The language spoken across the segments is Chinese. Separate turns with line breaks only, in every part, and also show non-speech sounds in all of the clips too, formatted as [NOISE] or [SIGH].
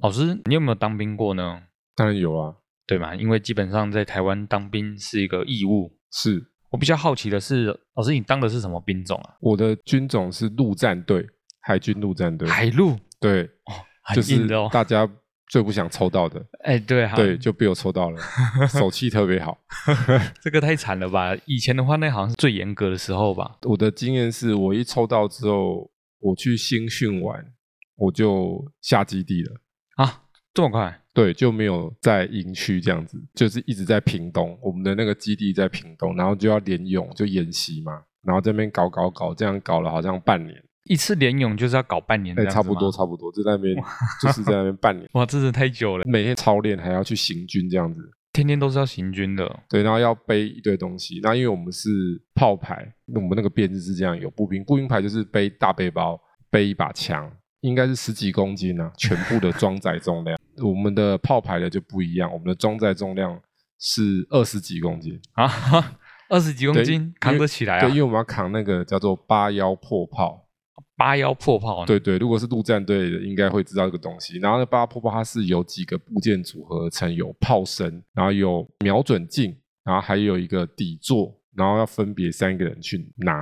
老师，你有没有当兵过呢？
当然有啊，
对嘛？因为基本上在台湾当兵是一个义务。
是
我比较好奇的是，老师你当的是什么兵种啊？
我的军种是陆战队，海军陆战队，
海陆，
对，
很
就是
硬的哦。
大家最不想
[LAUGHS]
抽到的，
哎，对哈，
对，就被我抽到了，手气特别好。
这个太惨了吧？以前的话，那好像是最严格的时候吧？
我的经验是我一抽到之后，我去新训完，我就下基地了。
啊，这么快？
对，就没有在营区这样子，就是一直在屏东，我们的那个基地在屏东，然后就要联勇，就演习嘛，然后这边搞搞搞，这样搞了好像半年，
一次联勇就是要搞半年这
哎、
样子
差
吗，
不多差不多，就在那边就是在那边半年，
哇，真的太久了，
每天操练还要去行军这样子，
天天都是要行军的。
对，然后要背一堆东西，那因为我们是炮排，我们那个编制是这样，有步兵，步兵排就是背大背包，背一把枪，应该是十几公斤啊，全部的装载重量，我们的炮排的就不一样，我们的装载重量。是二十几公斤，
啊， [LAUGHS] 哈二十几公
对因
斤
为
扛得起来啊
对，因！为我们要扛那个叫做八幺破炮。
八幺破炮，，
对对，如果是陆战队的，应该会知道这个东西。然后那八幺破炮它是由几个部件组合成，有炮身，然后有瞄准镜，然后还有一个底座，然后要分别三个人去拿，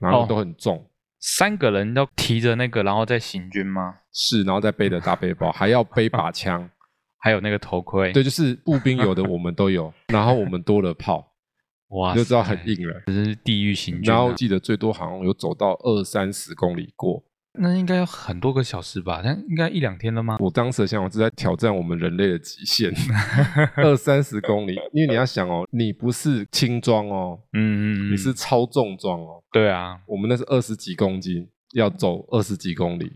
然
哦
后都很重。
三个人要提着那个，然后再行军吗？
是，然后再背着大背包，还要背把枪。
还有那个头盔，
对，，就是步兵有的我们都有，然后我们多了炮，
哇
你
塞，
就知道很硬了。
是地狱行军、
然后
啊。
记得最多好像有走到二三十公里过，
那应该有很多个小时吧？那应该一两天了吗？
我当时的想法是在挑战我们人类的极限，二三十公里。因为你要想哦，你不是轻装哦，
嗯嗯嗯，
你是超重装哦。
对啊，
我们那是二十几公斤，要走二十几公里，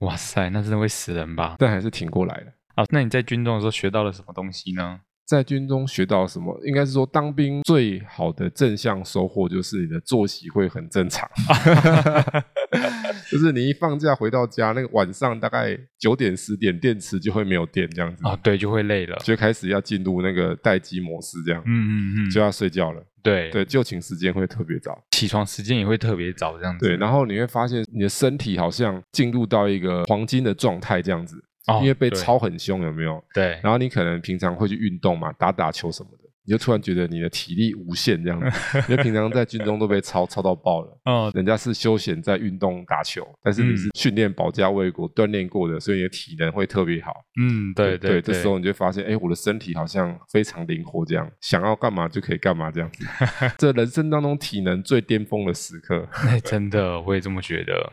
哇塞，那真的会死人吧？
但还是挺过来的。
啊，那你在军中的时候学到了什么东西呢？
在军中学到什么？应该是说，当兵最好的正向收获就是你的作息会很正常， [LAUGHS] 就是你一放假回到家，那个晚上大概九点十点，电池就会没有电，这样子
啊，对，就会累了。
就开始要进入那个待机模式，这样。
嗯嗯嗯，嗯
就要睡觉了。
对
对，就寝时间会特别早。
起床时间也会特别早，这样子。
对，然后你会发现你的身体好像进入到一个黄金的状态这样子，
哦
因为被
对
操很凶，有没有？
对，
然后你可能平常会去运动嘛，打打球什么的，你就突然觉得你的体力无限这
[LAUGHS]
样子，因为平常在军中都被操操到爆了。
哦，
人家是休闲在运动打球，但是你
嗯
是训练保家卫国、锻炼过的，所以你的体能会特别好。
嗯，对对，
对这时候你就会发现，哎，我的身体好像非常灵活，这样想要干嘛就可以干嘛，
[LAUGHS]
这样子。这人生当中体能最巅峰的时刻，
哎 [LAUGHS] 真的，我也这么觉得。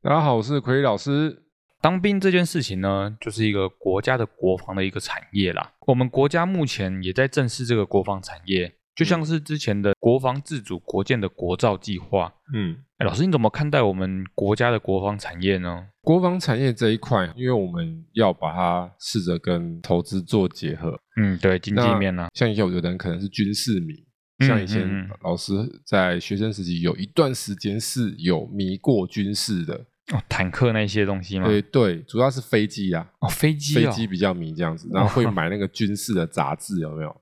大家好，我是奎老师。
当兵这件事情呢，就是一个国家的国防的一个产业啦。我们国家目前也在正视这个国防产业，就像是之前的国防自主国建的国造计划。
嗯，
哎，老师，你怎么看待我们国家的国防产业呢？
国防产业这一块，因为我们要把它试着跟投资做结合。
嗯，对，经济面呢、
像以前有的人可能是军事迷，
嗯
像以前
嗯嗯
老师在学生时期有一段时间是有迷过军事的。
哦，坦克那些东西吗？
对对，主要是飞机啊。
哦，飞机
飞
哦，？
机比较迷这样子，然后会买那个军事的杂志，有没有？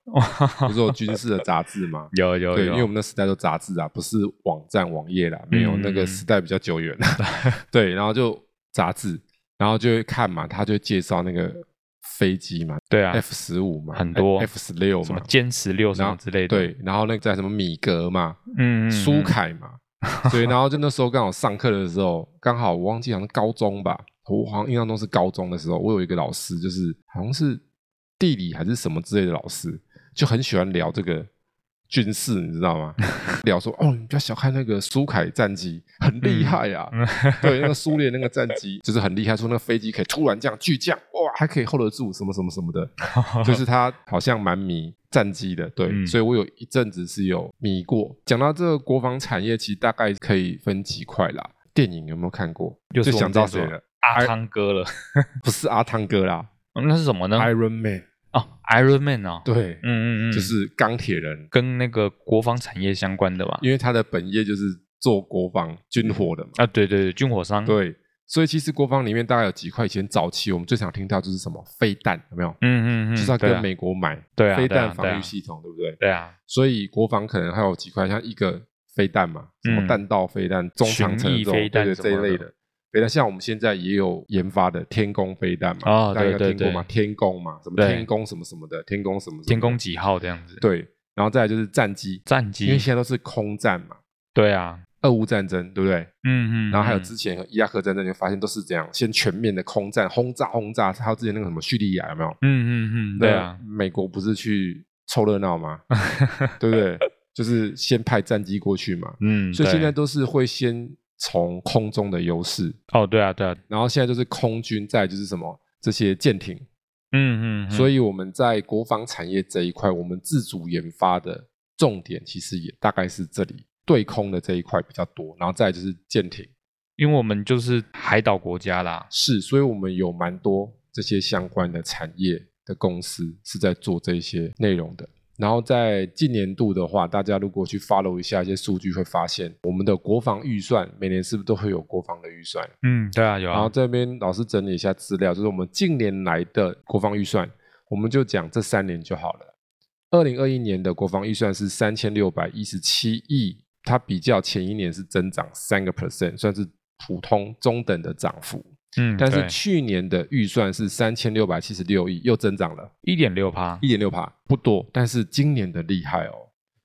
不是有军事的杂志吗
有有
对，因为我
有，
们那时代都杂志啊，不是网站网页啦，没有
嗯
那个时代比较
[LAUGHS]
久远。对，然后就杂志，然后就会看嘛，他就会介绍那个飞机嘛
对啊，
，F 十五嘛，哎
很多
F 十六
什么
嘛，
歼十六什
然
么
后
之类的。，
对，然后那个在什么米格嘛，
嗯，嗯嗯 [LAUGHS]
苏凯嘛，所以然后就那时候刚好上课的时候，刚好我忘记好像高中吧，我好像印象中是高中的时候，我有一个老师就是好像是地理还是什么之类的老师，就很喜欢聊这个军事，你知道吗？ [LAUGHS] 聊说哦，你不要小看那个苏凯战机，
嗯
[LAUGHS] 很厉害啊，对，那个苏联那个战机就是很厉害，说那个飞机可以突然这样巨降，哇，哇，还可以 hold 得住什么什么什么的， [LAUGHS] 就是他好像蛮迷战机的，对，
嗯
所以我有一阵子是有迷过。讲到这个国防产业，其实大概可以分几块啦。电影有没有看过？
又是
就
我
想
们
到
这
谁
一组
了？
阿汤哥了，
不是阿汤哥啦、
嗯那是什么呢？
i r o n Man，
哦，Iron Man 哦，
对，
嗯嗯嗯，
就是钢铁人，
跟那个国防产业相关的吧？
因为他的本业就是做国防军火的嘛。
啊，对对对，军火商，，
对，所以其实国防里面大概有几块，以前早期我们最常听到就是什么飞弹，有没有？
嗯嗯嗯，
就是要
对啊
跟美国买
对啊
飞
对啊
弹防
对啊
御系统，对不对？
对啊，
所以国防可能还有几块，像一个飞弹嘛，什么
嗯
弹道飞弹、中长程
巡弋
这种，
飞弹
对对
什
这一
么
类
的
的飞弹。像我们现在也有研发的天宫飞弹嘛，
哦
大家
对
有
对
听过
对
嘛？天宫嘛，什么
对
天宫什么什么的，天宫什么什么的
天宫几号这样子？，
对，然后再来就是战机，
战
因为
机，
现在都是空战嘛，
对啊，
俄乌战争对不对？
嗯嗯，
然后还有
嗯
之前和伊拉克战争，你会发现都是这样，先全面的空战，轰炸轰炸，还有之前那个什么叙利亚有没有？
嗯嗯嗯，对啊，
那美国不是去凑热
[LAUGHS]
闹吗？对不对？就是先派战机过去嘛，
嗯，
所以现在
对
都是会先从空中的优势，
哦，对啊对啊，
然后现在就是空军，再来就是什么这些舰艇，
嗯嗯嗯，
所
以
以我们在国防产业这一块，我们自主研发的重点其实也大概是这里对空的这一块比较多，然后再来就是舰艇
因为我们就是海岛国家啦，
是，所以我们有蛮多这些相关的产业的公司是在做这些内容的。然后在近年度的话，大家如果去 follow 一下一些数据，会发现我们的国防预算每年是不是都会有国防的预算？
嗯，对啊有
然后
啊，
这边老师整理一下资料，就是我们近年来的国防预算，我们就讲这三年就好了。二零二一年的国防预算是三千六百一十七亿，它比较前一年是增长三个 percent，算是普通中等的涨幅。
嗯，
但是
对
去年的预算是三千六百七十六亿，又增长了
一点六趴，
一点六帕，不多。但是今年的厉害哦，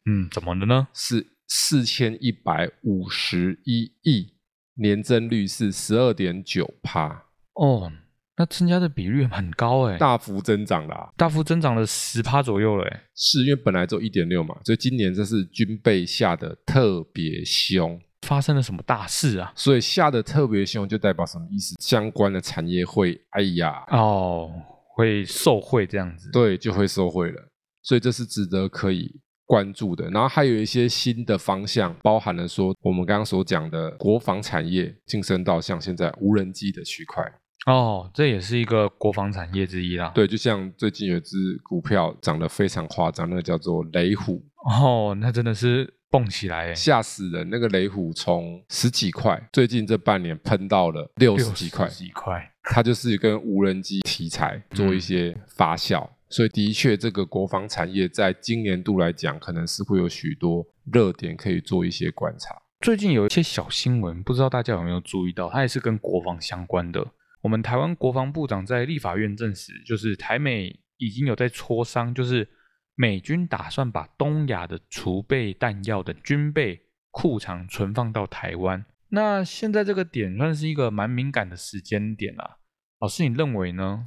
嗯，怎么了呢？
是四千一百五十一亿，年增率是十二点九帕。
哦，那增加的比率很高哎，
大幅增长啦、
大幅增长了十趴左右了哎，
是因为本来就一点六嘛，所以今年这是军备下的特别凶，
发生了什么大事啊？
所以下的特别凶就代表什么意思？相关的产业会，哎呀，
哦，会受贿这样子，
对，就会收回了，所以这是值得可以关注的。然后还有一些新的方向，包含了说我们刚刚所讲的国防产业晋升到像现在无人机的区块，
哦，这也是一个国防产业之一啦。，
对，就像最近有一只股票涨得非常夸张，那个叫做雷虎，
哦，那真的是蹦起来哎，
吓死人！那个雷虎从十几块，最近这半年喷到了六十几块
60，几块，
它就是跟无人机题材做一些发酵，所以的确，这个国防产业在今年度来讲，可能是会有许多热点可以做一些观察。
最近有一些小新闻，不知道大家有没有注意到，它也是跟国防相关的。我们台湾国防部长在立法院证实，就是台美已经有在磋商，就是美军打算把东亚的储备弹药的军备库藏存放到台湾。那现在这个点算是一个蛮敏感的时间点啦、老师，你认为呢？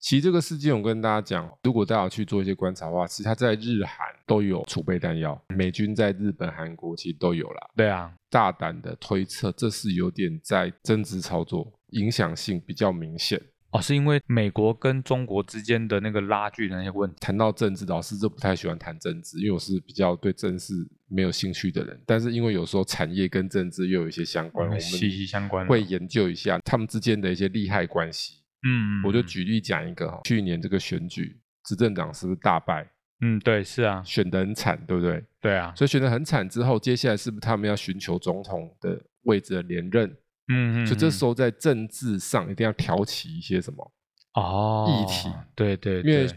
其实这个事件，我跟大家讲，如果大家有去做一些观察的话，其实它在日韩都有储备弹药，美军在日本、韩国其实都有啦。
对啊，
大胆的推测，这是有点在增值操作，影响性比较明显。
哦，是因为美国跟中国之间的那个拉锯的那些问题。
谈到政治，老师就不太喜欢谈政治，因为我是比较对政治没有兴趣的人。但是因为有时候产业跟政治又有一些相关，我们
嗯息息相关了
会研究一下他们之间的一些利害关系。
嗯
我就，举例讲一个哈，去年这个选举，执政党是不是大败，
嗯，对，是啊，
选得很惨，对不对？
对啊，
所以选得很惨之后，接下来是不是他们要寻求总统的位置的连任？
嗯嗯，
所以这
嗯
时候在政治上一定要挑起一些什么？
哦，
议题，
对对
因
对，
为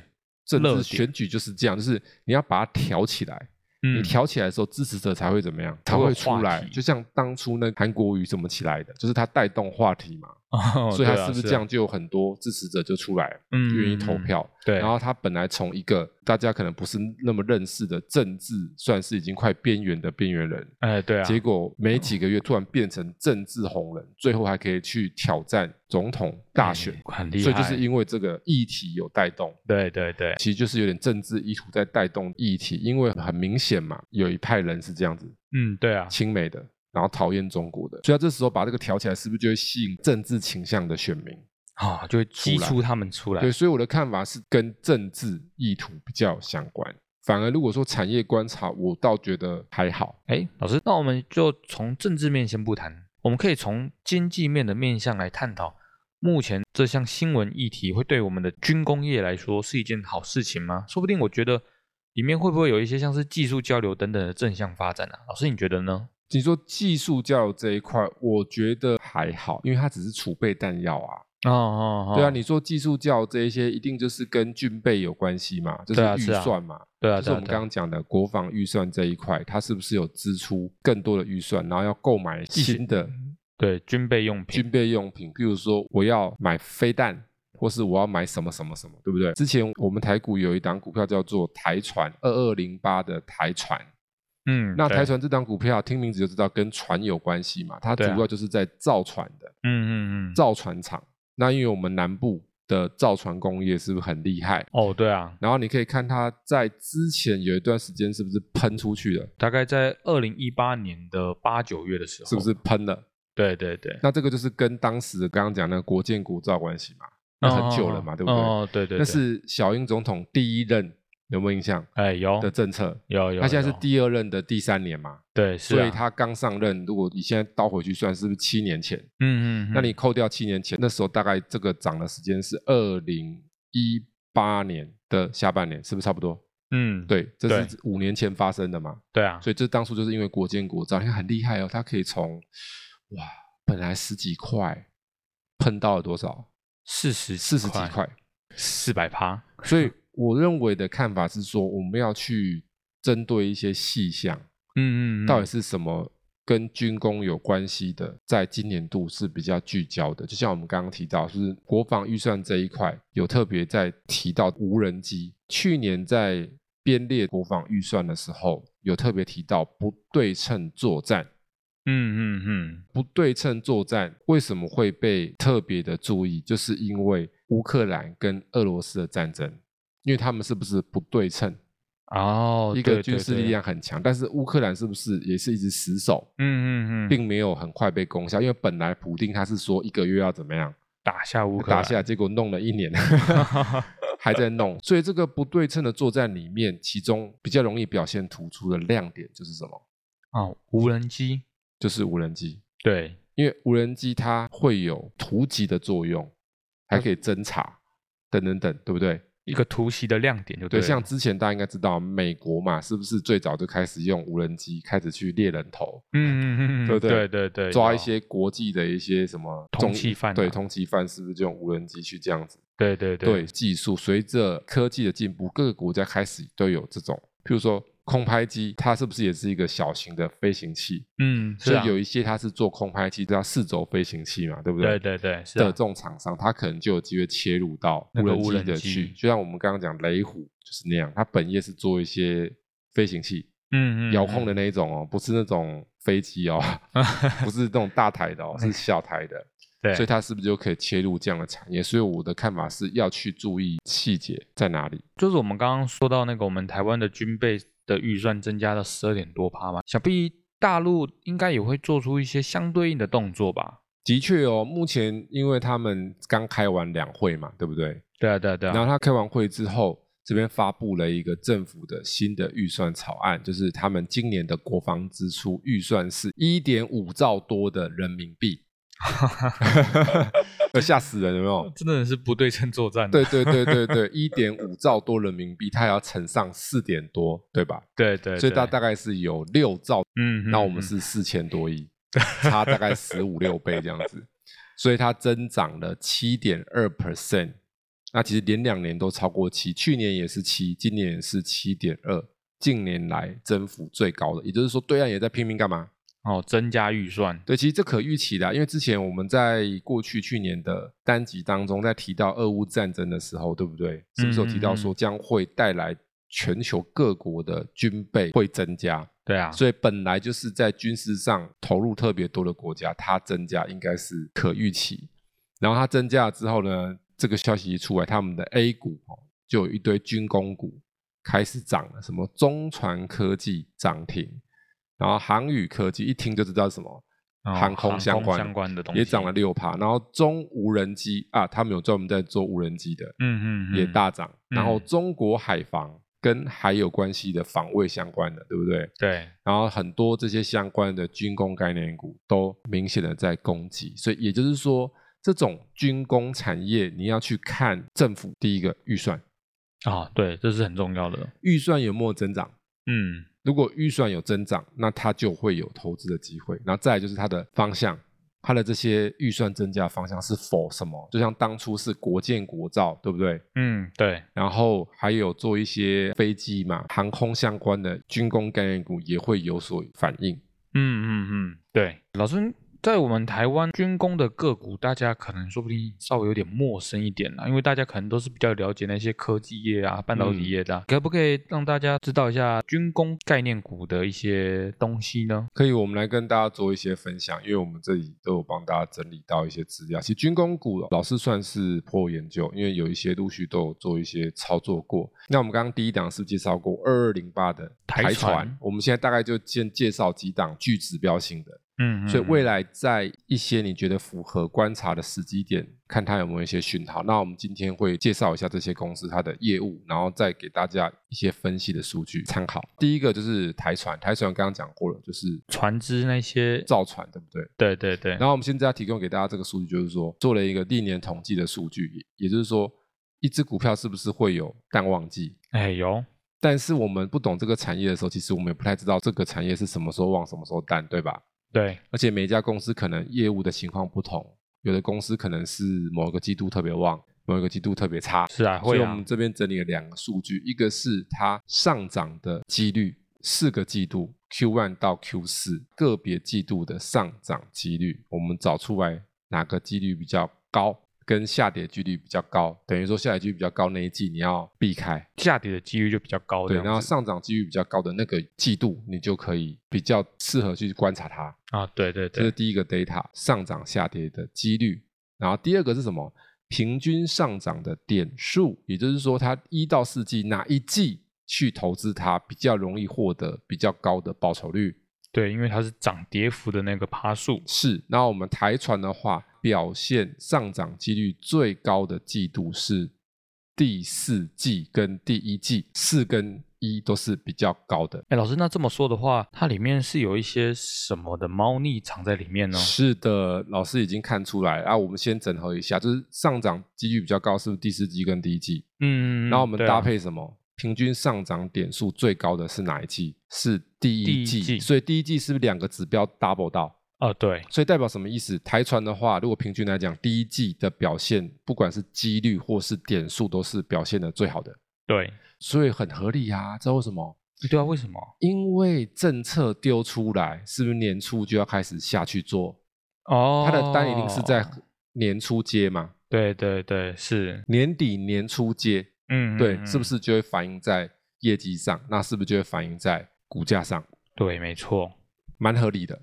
政
热
治
点
选举就是这样，就是你要把它挑起来。你
嗯，
挑起来的时候，支持者才会怎么样？
才
才
会有
会出
话
来。
题
就像当初那韩国瑜怎么起来的，就是他带动话题嘛，
哦
所
对
以他
啊
是不是这样，就有很多支持者就出来
嗯
愿意投票？
对，
然后他本来从一个大家可能不是那么认识的政治，算是已经快边缘的边缘人，
哎，对啊，
结果没几个月突然变成政治红人，最后还可以去挑战总统大选
哎，很厉
所
害，
以就是因为这个议题有带动。
对对对，
其实就是有点政治意图在带动议题，因为很明显嘛，有一派人是这样子，
嗯，对啊，
亲美的，然后讨厌中国的，所以他这时候把这个挑起来，是不是就会吸引政治倾向的选民？
啊，就会激
出来
出他们出来
对，。所以我的看法是跟政治意图比较相关。反而如果说产业观察，我倒觉得还好。
哎，老师，那我们就从政治面先不谈，我们可以从经济面的面向来探讨，目前这项新闻议题会对我们的军工业来说是一件好事情吗？说不定我觉得里面会不会有一些像是技术交流等等的正向发展啊？老师，你觉得呢？
你说技术教育这一块，我觉得还好，因为它只是储备弹药啊。
哦哦
对啊，你说技术教育这一些，一定就是跟军备有关系嘛，就是
对啊
预
是啊
算嘛，
对啊，
就是
对
我
啊
们
对啊
刚刚讲的国防预算这一块，它是不是有支出更多的预算，然后要购买
技术
新的
对军备用品，
军备用品，比如说我要买飞弹，或是我要买什么什么什么，对不对？之前我们台股有一档股票叫做台船二二零八的台船，
嗯，
那
对
台，船这档股票听名字就知道跟船有关系嘛，它主
对啊
要就是在造船的
嗯嗯嗯，
造船厂。那因为我们南部的造船工业是不是很厉害？
哦，对啊，
然后你可以看它在之前有一段时间是不是喷出去的，
大概在二零一八年的八九月的时候，
是不是？喷了？
对对对，
那这个就是跟当时的刚刚讲的国建国造关系嘛，那很久了嘛，
哦
对不对？
哦，对对，
那
对
是小英总统第一任有没有印象
哎有
的政策？
有有，
他现在是
有
第二任的第三年嘛，
对，是
所以
啊
他刚上任，如果你现在倒回去算，是不是七年前？
嗯嗯，
那你扣掉七年前，那时候大概这个涨的时间是二零一八年的下半年，是不是差不多？
嗯对
对，这是五年前发生的嘛，
对啊，
所以这当初就是因为国建国造，你看很厉害哦，它可以从哇本来十几块碰到了多少？
四十
四十几块，
四百趴，
所以我认为的看法是说，我们要去针对一些细项，
嗯嗯，嗯
到底是什么跟军工有关系的，在今年度是比较聚焦的。就像我们刚刚提到，就是国防预算这一块有特别在提到无人机。去年在编列国防预算的时候，有特别提到不对称作战。
嗯嗯嗯，
不对称作战为什么会被特别的注意？就是因为乌克兰跟俄罗斯的战争，因为他们是不是不对称？
哦，
一
对
个军事力，量很强，但是乌克兰是不是也是一直死守，
对对嗯嗯嗯，
并没有很快被攻下？因为本来普丁他是说一个月要怎么样
打下乌克兰
打下，结果弄了
[LAUGHS]
一年，还在弄。所以这个不对称的作战里面，其中比较容易表现突出的亮点就是什么？
哦，无人机，
就是无人机。
对，
因为无人机它会有突击的作用，还可以侦察等等等，对不对？
一个突袭的亮点就
对，
了
像之前大家应该知道，美国嘛，是不是最早就开始用无人机开始去猎人头，
嗯嗯嗯嗯，
对不对
对对对，
抓
有
一，些国际的一些什么
通
重
缉犯啊
对，通缉犯是不是就用无人机去这样子？
对对
对，，技术随着科技的进步，各个国家开始都有这种，譬如说空拍机，它是不是也是一个小型的飞行器？
嗯，
所
是
以
啊
有一些它是做空拍机，叫四轴飞行器嘛，对不
对对对是
的
啊
这，种厂商，它可能就有机会切入到
那
无
个
人
无
机
人
的
机
去，就像我们刚刚讲雷虎就是那样，它本业是做一些飞行器、
嗯嗯，
遥控
的，
的那一种哦，不是那种飞
[LAUGHS]
机哦，不是那种大台的哦，是小台的，
对，
所以它是不是就可以切入这样的产业？所以我的看法是要去注意细节在哪里。
就是我们刚刚说到那个，我们台湾的军备的预算增加到十二点多趴嘛，想必大陆应该也会做出一些相对应的动作吧？
的确哦，目前因为他们刚开完两会嘛，对不对？
对啊，对啊，对
然后他开完会之后，这边发布了一个政府的新的预算草案，就是他们今年的国防支出预算是一点五兆多的人民
[LAUGHS]
币，呃吓死人有没有？
真的是不对称作战啊
对对对对 [LAUGHS] 对，一点五兆多人民币，它也要乘上四点多，对吧？
对对，
所以它大概是有六兆，
嗯，
那我们是四千多亿，差大概十五六倍这样子，所以它增长了七点二 percent。那其实连两年都超过七，去年也是七，今年也是七点二，近年来增幅最高的。也就是说，对岸也在拼命干嘛？
哦增加预算，
对，其实这可预期的啊、因为之前我们在过去去年的单集当中，在提到俄乌战争的时候，对不对？是不是有
嗯
提到说将会带来全球各国的军备会增加？
对啊，
所以本来就是在军事上投入特别多的国家，它增加应该是可预期。然后它增加了之后呢，这个消息一出来，他们的 A 股哦，就有一堆军工股开始涨了，什么中船科技涨停，然后航宇科技一听就知道是什么
哦
航空相关
相关的东西
也涨了，六趴，然后中无人机啊，他们有专门在做无人机的，
嗯嗯，嗯
也，大涨。
嗯
然后中国海防跟海有关系的防卫相关的，对不对？
对，
然后很多这些相关的军工概念股都明显的在攻击，所以也就是说，这种军工产业你要去看政府第一个预算，
啊，对，这是很重要的，
预算有没有增长？
嗯，
如果预算有增长，那它就会有投资的机会。然后再来就是它的方向，它的这些预算增加的方向是否什么？就像当初是国建国造，对不对？
嗯，对，
然后还有做一些飞机嘛、航空相关的军工概念股也会有所反应。
嗯嗯嗯，对，老师，在我们台湾军工的个股，大家可能说不定稍微有点陌生一点啦，因为大家可能都是比较了解那些科技业啊、半导体业
嗯
的啊、可不可以让大家知道一下军工概念股的一些东西呢？
可以，我们来跟大家做一些分享，因为我们这里都有帮大家整理到一些资料。其实军工股老师算是颇有研究，因为有一些陆续都有做一些操作过。那我们刚刚第一档是不是介绍过二二零八的
台
台
船
我们现在大概就先介绍几档具指标性的，
嗯，嗯
所以未
嗯
来在一些你觉得符合观察的时机点，看它有没有一些讯号。那我们今天会介绍一下这些公司它的业务，然后再给大家一些分析的数据参考。第一个就是台船，台船刚刚讲过了，就是
船只那些，
造船，对不对？
对对对，
然后我们现在要提供给大家这个数据，就是说做了一个历年统计的数据，也也就是说，一只股票是不是会有淡旺季？
哎有，
但是我们不懂这个产业的时候，其实我们也不太知道这个产业是什么时候旺，什么时候淡，对吧？
对，
而且每一家公司可能业务的情况不同，有的公司可能是某一个季度特别旺，某一个季度特别差。
是啊，
所
会
以我
啊
们，这边整理了两个数据，一个是它上涨的几率，四个季度 Q one 到 Q 四个别季度的上涨几率，我们找出来哪个几率比较高，跟下跌几率比较高，等于说下跌几率比较高那一季你要避开，
下跌的几率就比较高，这
对，然
样
后
子
上涨几率比较高的那个季度，你就可以比较适合去观察它。
啊，对对
这
对，
是第一个 data 上涨下跌的几率。然后第二个是什么？平均上涨的点数，也就是说，它一到四季哪一季去投资它比较容易获得比较高的报酬率？
对，因为它是涨跌幅的那个趴数，
是。那我们台船的话，表现上涨几率最高的季度是第四季跟第一季，四跟一都是比较高的。
哎，老师，那这么说的话，它里面是有一些什么的猫腻藏在里面呢？
是的，老师已经看出来啊。我们先整合一下，就是上涨几率比较高，是不是第四季跟第一季？
嗯，
然后我们
对啊
搭配什么？平均上涨点数最高的是哪一季？是第
第一
一季。
季
所以第一季是不是两个指标 double 到？
哦，对，
所以代表什么意思？台船的话，如果平均来讲，第一季的表现，不管是几率或是点数，都是表现的最好的，
对，
所以很合理呀、知道为什么？
对啊，为什么？
因为政策丢出来，是不是年初就要开始下去做？
哦，
它的单一定是在年初接嘛，
对对对，是，
年底年初接，
嗯，
对，
嗯
是不？
嗯
是就会反映在业绩上？那是不是就会反映在股价上？
对，没错，
蛮合理的。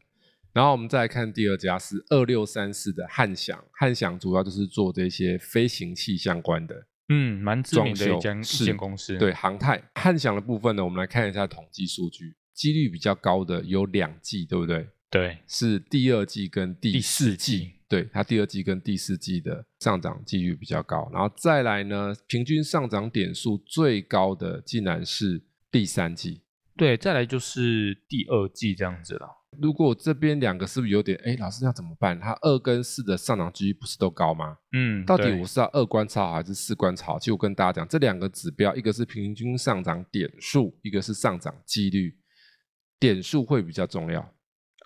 然后我们再来看第二家是二六三四的汉翔，汉翔主要就是做这些飞行器相关的，
嗯，蛮知名的一
装修
间一
是
间公司，
对，航太。汉翔的部分呢，我们来看一下统计数据，几率比较高的有两季，对不对？
对，
是第二季跟第
四
四
季
季，对它第二季跟第四季的上涨几率比较高，然后再来呢，平均上涨点数最高的竟然是第三季。
对，再来就是第二季这样子了，
如果这边两个是不是有点？哎，老师那怎么办？它二跟四的上涨几率不是都高吗？
嗯，
到底
对
我是要二观察好还是四观察好？其实我跟大家讲，这两个指标，一个是平均上涨点数，一个是上涨几率，点数会比较重要。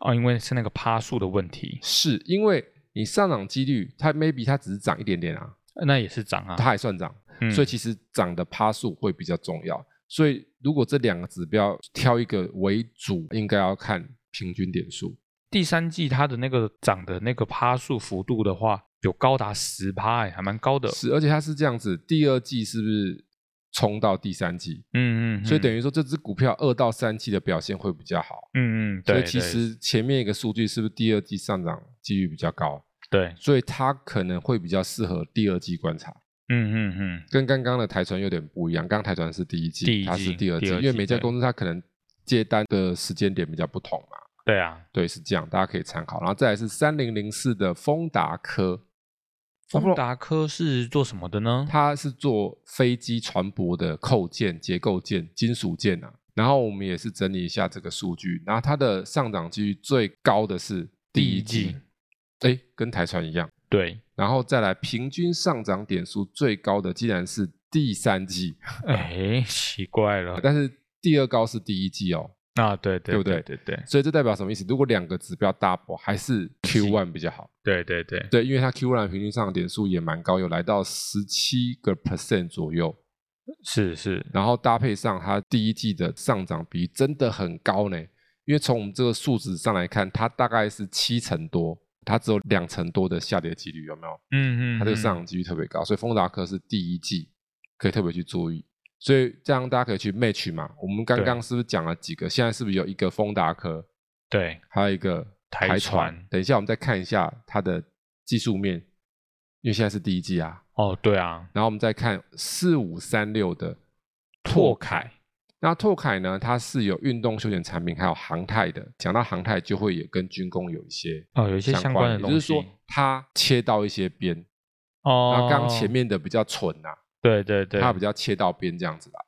哦，因为是那个趴数的问题，
是因为你上涨几率，它 maybe 它只是涨一点点啊，
那也是涨啊，
它还算涨，
嗯
所以其实涨的趴数会比较重要。所以如果这两个指标挑一个为主，应该要看平均点数。
第三季它的那个涨的那个趴数幅度的话，有高达十趴，哎，还蛮高的，
是，而且它是这样子，第二季是不是冲到第三季？
嗯嗯，
所以等
于，
于说这只股票二到三季的表现会比较好。
嗯嗯，
所
对，
以其
对
实前面一个数据是不是第二季上涨几率比较高？
对，
所以它可能会比较适合第二季观察，
嗯嗯嗯，
跟刚刚的台船有点不一样。刚刚台船是第一季，
第一季
它是第二
第二季
因为每家
对
公司它可能接单的时间点比较不同嘛。
对啊，
对，是这样，大家可以参考。然后再来是三零零四的丰达科，啊
丰达科是做什么的呢？
它是做飞机船舶的扣件、结构件、金属件啊。然后我们也是整理一下这个数据，然后它的上涨几率最高的是第一
第一
季
季，
哎，跟台船一样。
对，
然后再来，平均上涨点数最高的竟然是第三季，
哎，奇怪了，
呃但是第二高是第一季哦。
啊，对对
对不
对
对
对对
所以这代表什么意思？如果两个指标 double，还是 Q one 比较好。
对对对，
对，因为它 Q one 平均上涨点数也蛮高，有来到十七个 percent 左右。
是是，
然后搭配上它第一季的上涨比真的很高呢，因为从我们这个数值上来看，它大概是七成多，它只有两成多的下跌几率，有没有？
嗯嗯，
它这个
嗯
上涨几率特别高，所以丰达克是第一季可以特别去注意。所以这样大家可以去 match 嘛。我们刚刚是不是讲了几个？现在是不是有一个丰达科，
对
还有一个
台
船？
船
等一下我们再看一下它的技术面，因为现在是第一季啊。
哦对啊，
然后我们再看四五三六的
拓
拓
凯
凯。那拓凯呢，它是有运动休闲产品，还有航太的。讲到航太，就会也跟军工有一些
哦有一些相关的
关，
东
也
西，
就是说它切到一些边。
哦
那，刚前面的比较蠢呐、
对对对，
它比较切到边这样子啦。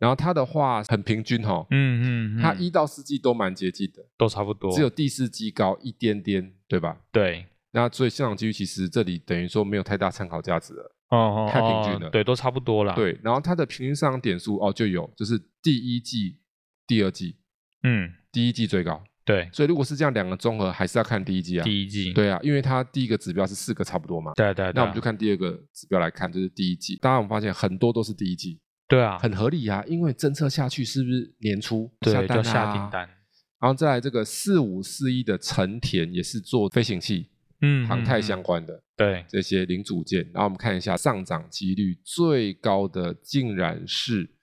然后它的话很平均哦，
嗯嗯，嗯
它一到四季都蛮接近的，
都差不多，
只有第四季高一点点，对吧？
对。
那所以市场机率其实这里等于说没有太大参考价值了。
哦，哦
太平均
哦
了
对，都差不多啦。，
对，然后它的平均上涨点数哦就有，就是第一季、第二季，
嗯，
第一季最高。
对，
所以如果是这样两个综合，还是要看第一季啊。
第一季，
对啊，因为它第一个指标是四个差不多嘛，
对对，
那
对
我们就看第二个指标来看，就是第一季。当然我们发现很多都是第一季，
对啊，
很合理啊，因为政策下去是不是年初
对，
单、
就
啊、
下订？单，
然后再来这个四五四一的成田也是做飞行器、
嗯，
航太
嗯
相
嗯
关的，
对，
这些零组件。然后我们看一下上涨几率最高的，竟然是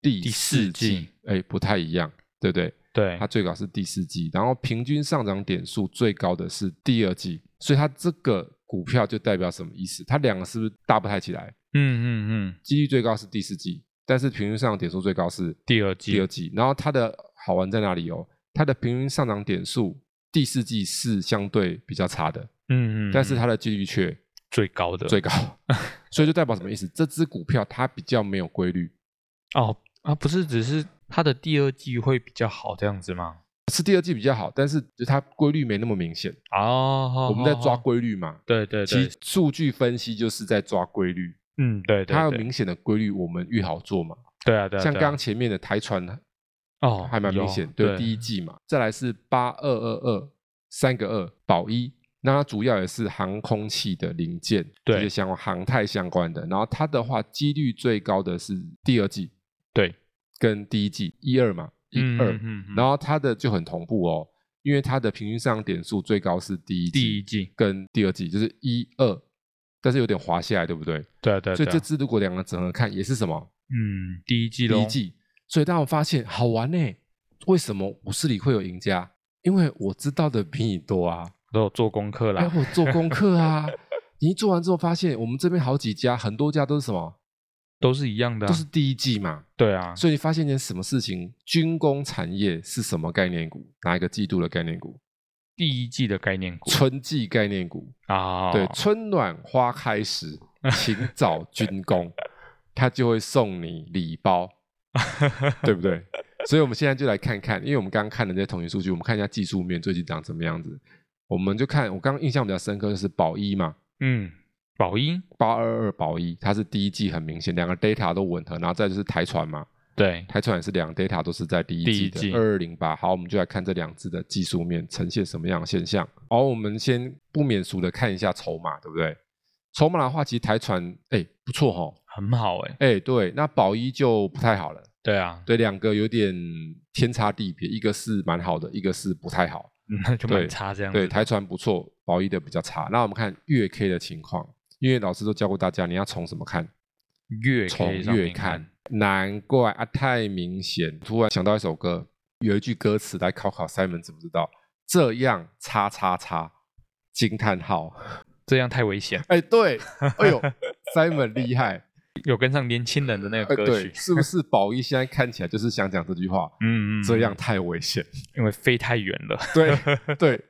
第
第四
四
季
季，哎，不太一样，对不对？
对
它，最高是第四季，然后平均上涨点数最高的是第二季，所以它这个股票就代表什么意思？它两个是不是搭不太起来？
嗯嗯嗯，
几率最高是第四季，但是平均上涨点数最高是
第二季
第二季。然后它的好玩在哪里哦？它的平均上涨点数第四季是相对比较差的，
嗯嗯，
但是
嗯
它的几率却
最高的
最高， [LAUGHS] 所以就代表什么意思？这只股票它比较没有规律，
哦啊，不是，只是它的第二季会比较好这样子吗？
是第二季比较好，但是就它规律没那么明显。
哦，
我们在抓
哦，哦
规律嘛，
对对
其
对
实，数据分析就是在抓规律，
嗯，对对，
它有
对
明显的规律，我们越好做嘛。
对啊对啊，
像
对
刚
啊
刚前面的台船
哦，
还蛮明
有
显，对
对
第一季嘛，再来是八二二二三个二保一，那它主要也是航空器的零件，
对
这些相关航太相关的。然后它的话，几率最高的是第二季
对，
跟第一季一二嘛，一
嗯
二
嗯，嗯嗯
然后它的就很同步哦，因为它的平均上涨点数最高是第一季
第一季，
跟第二季，就是一二，但是有点滑下来，对不对？
对啊对啊，
所以
对啊
这支如果两个整合看，也是什么
嗯第一季
第
咯
一季，所以当我发现好玩呢、为什么股市里会有赢家？因为我知道的比你多啊，
都有做功课
哎
啦，，
我做功
[LAUGHS]
课啊。你一做完之后发现，我们这边好几家，很多家都是什么？
都是一样的啊，
都是第一季嘛。
对啊，
所以你发现一件什么事情？军工产业是什么概念股？哪一个季度的概念股？
第一季的概念股
春季概念股。
啊，
对，春暖花开时，请找军工，他就会送你礼包，对不对？所以我们现在就来看看，因为我们刚刚看了这些统计数据，我们看一下技术面最近长怎么样子。我们就看，我刚刚印象比较深刻就是宝一嘛，
嗯，宝一，
八二二宝一，它是第一季很明显，两个 data 都吻合，然后再就是台船嘛，
对，
台船也是两个 data 都是在第一季
第一季
的二二零八。好，我们就来看这两只的技术面呈现什么样的现象。好，我们先不免俗的看一下筹码，对不对？筹码的话，其实台船哎不错哈、
很好哎，
哎对，那宝一就不太好了。
对啊，
对，两个有点天差地别，一个是蛮好的，一个是不太好。
嗯那 [LAUGHS] 就蛮
对
差这样
对，
子，
台船不错，宝一的比较差。那我们看月 K 的情况，因为老师都教过大家，你要从什么看？
月 K 上
从月
面
看
看，，
难怪啊，太明显。突然想到一首歌，有一句歌词来考考 Simon 知不知道？这样叉叉叉惊叹号，
这样太危险，
[LAUGHS] 哎，对，哎呦，Simon 厉害，
有跟上年轻人的那个
呃，
歌
对
曲，，
是不是宝一现在看起来就是想讲这句话？
嗯嗯，
这样太危险，
因为飞太远了，
[LAUGHS]
[LAUGHS]
对对，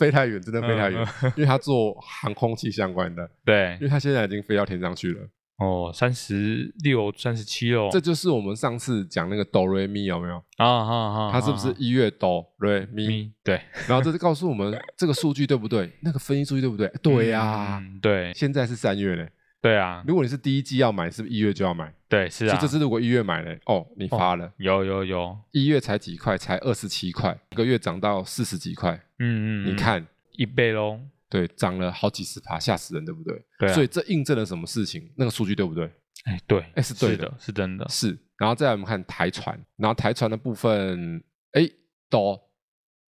飞太远，真的飞太远
嗯，
因为他做航空器相关的，
对
因，为他现在已经飞到天上去了。
哦，三十六、三十七哦，
这就是我们上次讲那个哆瑞咪有没有？
啊啊啊，
它是不是
啊
一月哆瑞咪？
咪？对
然后这是告诉我们这个数据对不对，那个分析数据对不对？对啊呀，
嗯对
现在是三月嘞，
对啊，
如果你是第一季要买，是不是一月就要买？
对是
所
啊
以，这次如果一月买嘞，哦，你发了，
有有有，
一月才几块，才二十七块，一个月涨到四十几块，
嗯嗯，
你
嗯
看，
一倍喽，
对，涨了好几十趴，吓死人，对不对？
对啊
所以这印证了什么事情？那个数据对不对？
哎对，
哎是对
是
的
的，是真的，
是。然后再来我们看台船，然后台船的部分，哎，都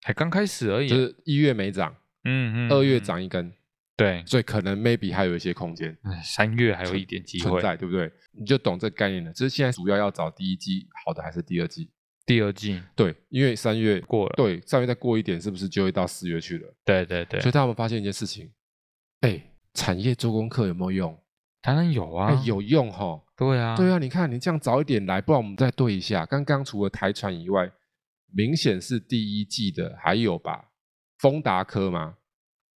才刚开始而已
就，是一月没涨，
嗯嗯，
二月
嗯，
涨一根，
对，
所以可能 maybe 还有一些空间
哎三月还有一点机
存
会，
在，对不对？你就懂这个概念了。就是现在主要要找第一季好的还是第二季？
第二季
对，因为三月
过了，
对三月再过一点，是不是就会到四月去了？
对对对
所以，他们发现一件事情，哎，产业做功课有没有用？
当然有啊
哎，，，有用哈。
对啊，
对
啊，
啊，你看你这样早一点来，不然我们再对一下。刚刚除了台船以外，明显是第一季的，还有吧，丰达科嘛，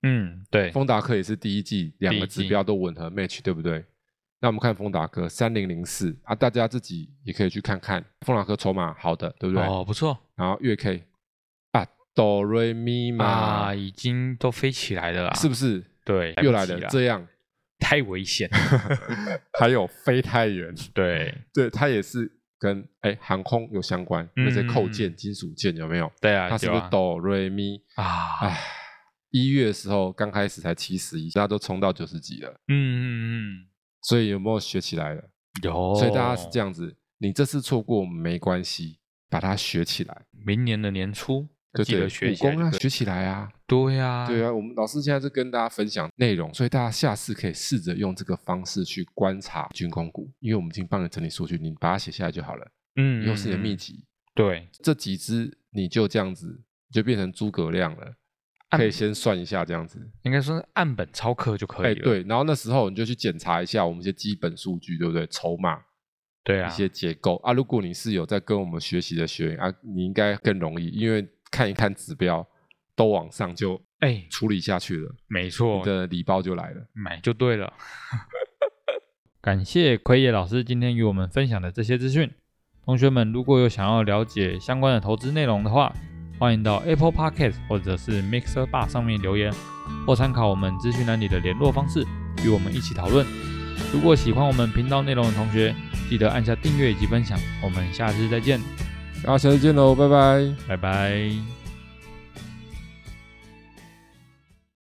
嗯对，
丰达科也是第一季，两
第
个
一
指
季
标都吻合 match，对不对？那我们看丰达科三零零四啊，大家自己也可以去看看丰达科筹码好的，对不对？
哦不错
然后月 K 啊，哆瑞咪嘛
啊，，已经都飞起来了啦，啊
是不是？
对，不
又来
及
了，这样 [LAUGHS]
太危险，
还有飞太远，
对
对，它也是跟哎航空有相关，那些扣件、金属件有没有？
对嗯啊，
它是
有
不是
啊
哆瑞咪？
啊？
唉，一月的时候刚开始才七十一，大家都冲到九十几了，
嗯嗯嗯，
所以有没有学起来了？
有，
所以大家是这
样，
样子，你这次错过没关系，把它学起来，
明年的年初
对
记
对
得学
武
起来
功啊，
就
学起来啊，
对啊，
对啊，我们老师现在是跟大家分享内容，所以大家下次可以试着用这个方式去观察军工股，因为我们已经帮你整理数据，你把它写下来就好了，
嗯，嗯，
以后是你的秘
嗯，
籍，
对，
这几只你就这样子，你就变成诸葛亮了。
按
可以先算一下这样子，
应该说是按本操课就可
哎，
以了，
对，然后那时候你就去检查一下我们一些基本数据，对不对？筹码、
对啊
一，些结构啊。如果你是有在跟我们学习的学员啊，你应该更容易，因为看一看指标都往上就
哎，
处理下去了，
没
你
错，
的礼包就来了。
买就对了。 [LAUGHS] 感谢奎野老师今天与我们分享的这些资讯。同学们如果有想要了解相关的投资内容的话，欢迎到 Apple Podcast 或者是 Mixer Bar 上面留言，或参考我们资讯栏里的联络方式，与我们一起讨论。如果喜欢我们频道内容的同学，记得按下订阅以及分享。我们下次再见，
啊，下次见喽，拜拜。
拜拜。